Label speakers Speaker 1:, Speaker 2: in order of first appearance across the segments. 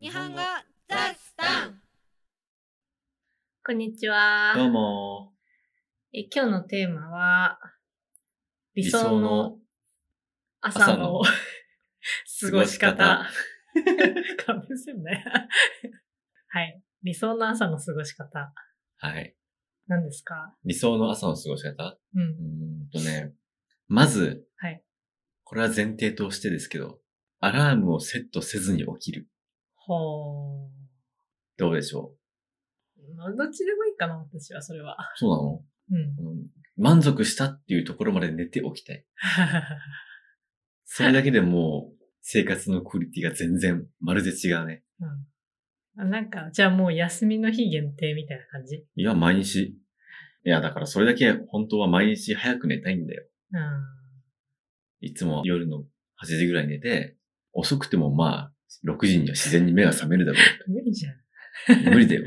Speaker 1: 日本語ザスタン
Speaker 2: こんにちは
Speaker 3: どうも
Speaker 2: え。今日のテーマは、理想
Speaker 3: 理想
Speaker 2: の
Speaker 3: の
Speaker 2: 朝
Speaker 3: 朝の
Speaker 2: の 過ごし方。 勘弁せんね。はい。理想の朝の過ごし方。
Speaker 3: はい。
Speaker 2: 何ですか
Speaker 3: 理想の朝の過ごし方う
Speaker 2: う。
Speaker 3: んーんとね、まず、
Speaker 2: はい
Speaker 3: これは前提としてですけど、アラームをセットせずに起きる。
Speaker 2: ほー。
Speaker 3: どうでしょ
Speaker 2: まあどっちでもいいかな、私は、それは
Speaker 3: う。そう
Speaker 2: うん。
Speaker 3: なの、うん、満足したっていうところまで寝て起きたい。それだけでもう、生活のクオリティが全然、まるで違うね。
Speaker 2: うんあなんか、じゃあもう休みの日限定みたいな感じ
Speaker 3: いや、毎日。いや、だからそれだけ本当は毎日早く寝たいんだよ。
Speaker 2: うん。
Speaker 3: いつも夜の8時ぐらいに寝て、遅くてもまあ、6時には自然に目が覚めるだろう。
Speaker 2: 無理じゃん。
Speaker 3: 無理だよ。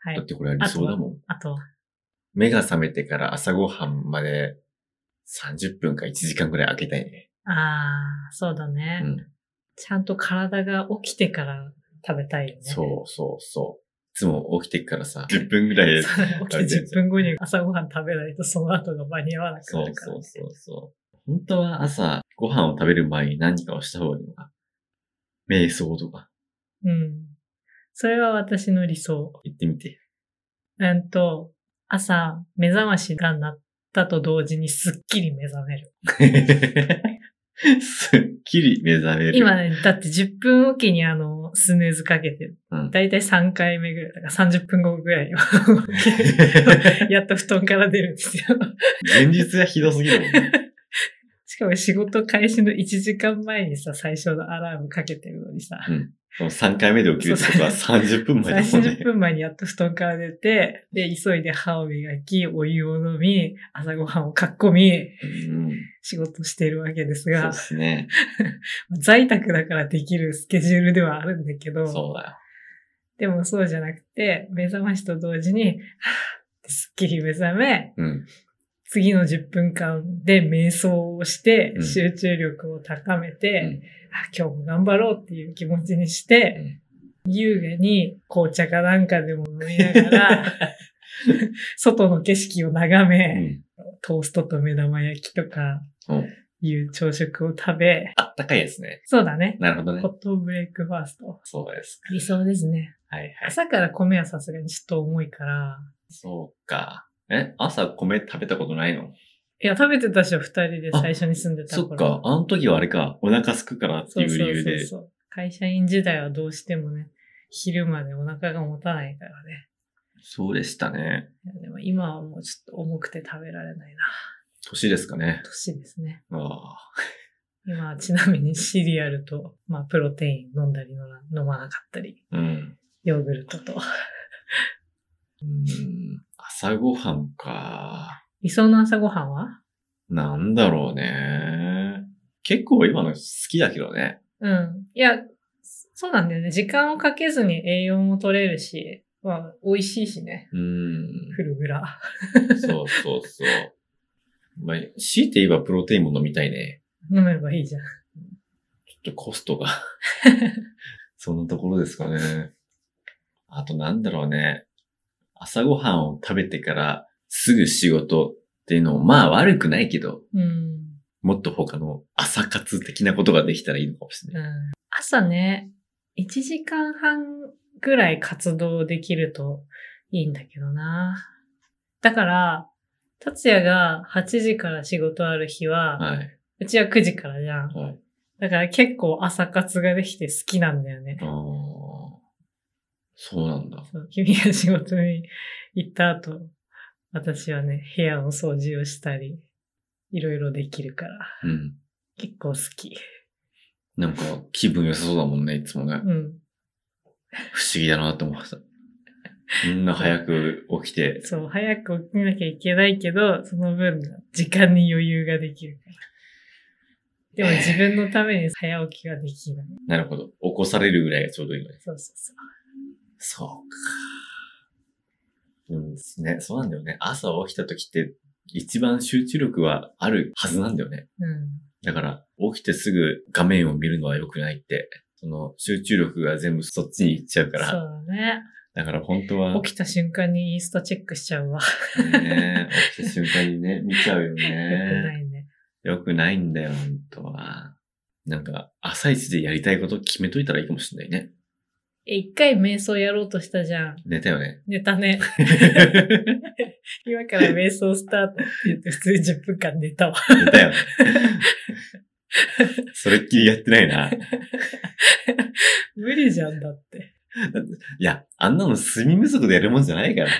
Speaker 2: は
Speaker 3: だっ
Speaker 2: い。
Speaker 3: てこれは理想だもん。
Speaker 2: あと、
Speaker 3: 目が覚めてから朝ごはんまで30分か1時間ぐらい空けたいね。
Speaker 2: あー、そうだね。
Speaker 3: うん。
Speaker 2: ちゃんと体が起きてから食べたいよね。
Speaker 3: そうそうそう。いつも起きてからさ、10分 ぐらい。
Speaker 2: そう起きて10分後に朝ごはん食べないとその後が間に合わなく
Speaker 3: そ
Speaker 2: な
Speaker 3: う
Speaker 2: るか
Speaker 3: そ
Speaker 2: らね、
Speaker 3: うそうそう。本当は朝、ご飯を食べる前に何かをした方がいいのか。瞑想とか、
Speaker 2: うん。それは私の理想。
Speaker 3: 言ってみ て。
Speaker 2: うんと、朝、目覚ましが鳴ったと同時にすっきり目覚める。
Speaker 3: すっきり目覚める。
Speaker 2: 今ね、だって10分おきにあの、スヌーズかけてる。
Speaker 3: うん
Speaker 2: だいたい3回目ぐらい。だから30分後ぐらいには やっと布団から出るんですよ。
Speaker 3: 現実がひどすぎるもん ね。
Speaker 2: しかも仕事開始の1時間前にさ、最初のアラームかけてるのにさ、
Speaker 3: もう3回目で起きるってことは30分前だもんね
Speaker 2: 30。分前にやっと布団から出て、で、急いで歯を磨き、お湯を飲み、朝ごはんをかっこみ、
Speaker 3: うん
Speaker 2: 仕事してるわけです
Speaker 3: そう
Speaker 2: が
Speaker 3: で、すね。
Speaker 2: 在宅だからできるスケジュールではあるんだけど、
Speaker 3: そうだよ。
Speaker 2: でもそうじゃなくて、目覚ましと同時に、はぁってすっきり目覚め、
Speaker 3: うん。
Speaker 2: 次の10分間で瞑想をして
Speaker 3: う、ん
Speaker 2: 集中力を高めて、
Speaker 3: うん
Speaker 2: あ今日も頑張ろうっていう気持ちにして、優雅に紅茶かなんかでも飲みながら、 外の景色を眺
Speaker 3: う
Speaker 2: め、
Speaker 3: ん。
Speaker 2: トーストと目玉焼きとか
Speaker 3: うん、
Speaker 2: いう朝食を食べ、
Speaker 3: あったかいですね。
Speaker 2: そうだね。
Speaker 3: なるほどね
Speaker 2: ホ。ットブレイクファースト。
Speaker 3: そうです。
Speaker 2: 理想ですね。
Speaker 3: はいはい。
Speaker 2: 朝から米はさすがにちょっと重いから、
Speaker 3: そうか。え、朝米食べたことないの
Speaker 2: いや、食べてたっしょ、二人で最初に住んでた
Speaker 3: そ
Speaker 2: 頃。
Speaker 3: っか。あの時はあれか。お腹すくからって
Speaker 2: そ
Speaker 3: いうう
Speaker 2: そう
Speaker 3: 理
Speaker 2: そう
Speaker 3: 由で。
Speaker 2: そう会社員時代はどうしてもね、昼までお腹が持たないからね。
Speaker 3: そうでしたね。
Speaker 2: いやでも今はもうちょっと重くて食べられないな。
Speaker 3: 年ですかね。
Speaker 2: 年ですね。
Speaker 3: あ
Speaker 2: 今はちなみにシリアルと、まあ、プロテイン飲んだり飲ま飲まなかったり、
Speaker 3: あ。うん。
Speaker 2: ヨーグルトと。
Speaker 3: うん朝ごはんか。
Speaker 2: 理想の朝ごはんは
Speaker 3: なんだろうね。結構今の好きだけどね。
Speaker 2: うん。いや、そうなんだよね。時間をかけずに栄養も取れるし、まあ、美味しいしね。
Speaker 3: うん。
Speaker 2: フルグラ。
Speaker 3: そうそうそう。まあ、強いて言えばプロテインも飲みたいね。
Speaker 2: 飲めばいいじゃん。
Speaker 3: ちょっとコストが。そんなところですかね。あとなんだろうね。朝ごはんを食べてからすぐ仕事っていうのもまあ悪くないけど、
Speaker 2: うん。
Speaker 3: もっと他の朝活的なことができたらいいのかもしれない。
Speaker 2: うん朝ね、1時間半ぐらい活動できるといいんだけどな。だから、達也が8時から仕事ある日は、
Speaker 3: はい。
Speaker 2: うちは9時からじゃん。
Speaker 3: はい。
Speaker 2: だから結構朝活ができて好きなんだよね
Speaker 3: あ。ーそうなんだ。
Speaker 2: そう君が仕事に行った後、私はね、部屋の掃除をしたり、いろいろできるから、
Speaker 3: うん。
Speaker 2: 結構好き。
Speaker 3: なんか気分良さそうだもんね、いつもね。
Speaker 2: うん。
Speaker 3: 不思議だなって思いました。みんな早く起きて、
Speaker 2: そう、早く起きなきゃいけないけど、その分、時間に余裕ができるから。でも自分のために早起きができない。
Speaker 3: なるほど、起こされるぐらいがちょうどいいのね。
Speaker 2: そうそうそう。
Speaker 3: そうか。うんですね。そうなんだよね。朝起きた時って一番集中力はあるはずなんだよね。
Speaker 2: うん。
Speaker 3: だから、起きてすぐ画面を見るのは良くないって、その集中力が全部そっちに行っちゃう
Speaker 2: そ
Speaker 3: か
Speaker 2: う
Speaker 3: ら。
Speaker 2: だね。
Speaker 3: だから本当 は、
Speaker 2: 起きた瞬間にインスタチェックしちゃうわ。
Speaker 3: ね、起きた瞬間にね、見ちゃうよ
Speaker 2: よくな
Speaker 3: ね。
Speaker 2: いね。
Speaker 3: よくないんだよ、本当は。なんか、朝一でやりたいこと決めといたらいいかもしれないね。
Speaker 2: え、一回瞑想やろうとしたじゃん。
Speaker 3: 寝たよ ね。
Speaker 2: 寝たね。今から瞑想スタートって言って普通に10分間寝たわ。
Speaker 3: 寝たよね。それっきりやってないな。
Speaker 2: 無理じゃんだって。
Speaker 3: いや、あんなの睡眠不足でやるもんじゃないから。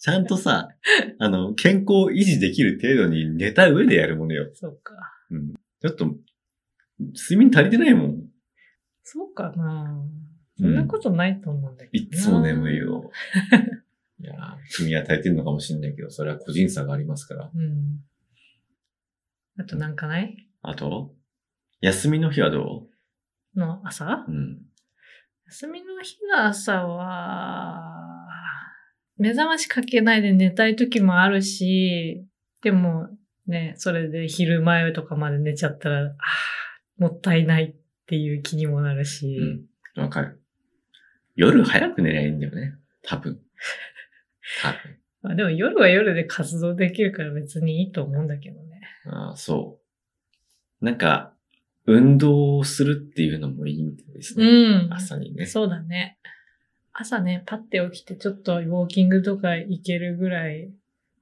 Speaker 3: ちゃんとさ、あの、健康を維持できる程度に寝た上でやるものよ。
Speaker 2: そうか。
Speaker 3: ちょっと、睡眠足りてないもん。
Speaker 2: そうかな
Speaker 3: うん
Speaker 2: そんなことないと思うんだけど、
Speaker 3: いつも眠い。よ。いやー、君は足りてるのかもしれないけど、それは個人差がありますから。
Speaker 2: うん。あとなんかない
Speaker 3: あと、休みの日はど
Speaker 2: の朝
Speaker 3: ううん。
Speaker 2: 休みの日の朝は、目覚ましかけないで寝たい時もあるし、でもね、それで昼前とかまで寝ちゃったら、あーもったいないっていう気にもなるし、
Speaker 3: うん。わかる。夜早く寝りゃいいんだよね。多分。 多分。
Speaker 2: まあでも夜は夜で活動できるから別にいいと思うんだけどね。
Speaker 3: ああ、そう。なんか、運動をするっていうのもいいみたいですね。
Speaker 2: うん。
Speaker 3: 朝にね。
Speaker 2: そうだね。朝ね、パッて起きてちょっとウォーキングとか行けるぐらい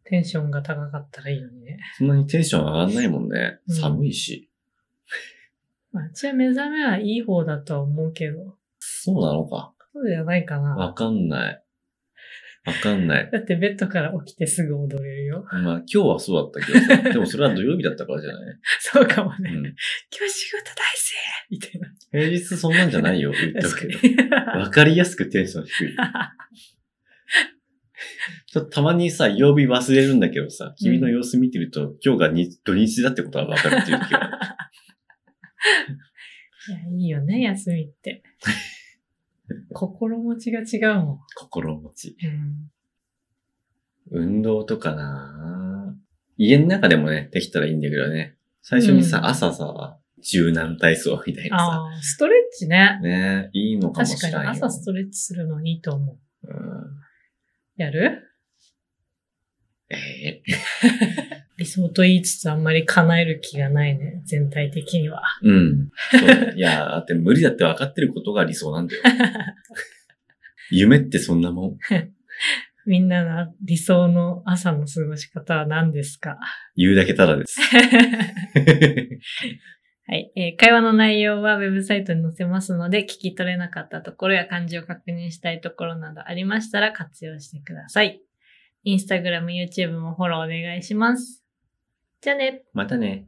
Speaker 2: テンションが高かったらいいのにね。
Speaker 3: そんなにテンション上がんないもんね。
Speaker 2: うん
Speaker 3: 寒いし。
Speaker 2: まあ、うちは目覚めはいい方だとは思うけど、
Speaker 3: そうなのか。
Speaker 2: そうじゃないかな。
Speaker 3: わかんない。わかんない。
Speaker 2: だってベッドから起きてすぐ踊れるよ。
Speaker 3: まあ今日はそうだったけどさ。でもそれは土曜日だったからじゃない、
Speaker 2: そうかもね。
Speaker 3: うん、
Speaker 2: 今日仕事大成みたいな。
Speaker 3: 平日そんなんじゃないよ。言っと
Speaker 2: 確
Speaker 3: く
Speaker 2: か
Speaker 3: けど。
Speaker 2: に。
Speaker 3: わかりやすくテンション低い。ちょっとたまにさ、曜日忘れるんだけどさ、君の様子見てると、今日がに土日だってことはわかるっていう時 は。
Speaker 2: いや、いいよね、休みって。心持ちが違うもん。
Speaker 3: 心持ち。
Speaker 2: うん、
Speaker 3: 運動とかなぁ家の中でもね、できたらいいんだけどね。最初にさ、
Speaker 2: うん
Speaker 3: 朝さ、柔軟体操みたいな
Speaker 2: ああ、ストレッチね
Speaker 3: さ。。ねいいのかも
Speaker 2: 確
Speaker 3: し
Speaker 2: か
Speaker 3: れ
Speaker 2: に
Speaker 3: ないよ。
Speaker 2: 朝ストレッチするのいいと思う。
Speaker 3: うん
Speaker 2: やる
Speaker 3: ええ
Speaker 2: 理想と言いつつあんまり叶える気がないね、全体的には。
Speaker 3: うん。そうだいや、だって無理だって分かってることが理想なん だよ。夢ってそんなもん。
Speaker 2: みんなの理想の朝の過ごし方は何ですか
Speaker 3: 言うだけただです。
Speaker 2: はい、えー会話の内容はウェブサイトに載せますので、聞き取れなかったところや漢字を確認したいところなどありましたら活用してください。インスタグラム、YouTube もフォローお願いします。じゃあね
Speaker 3: またね。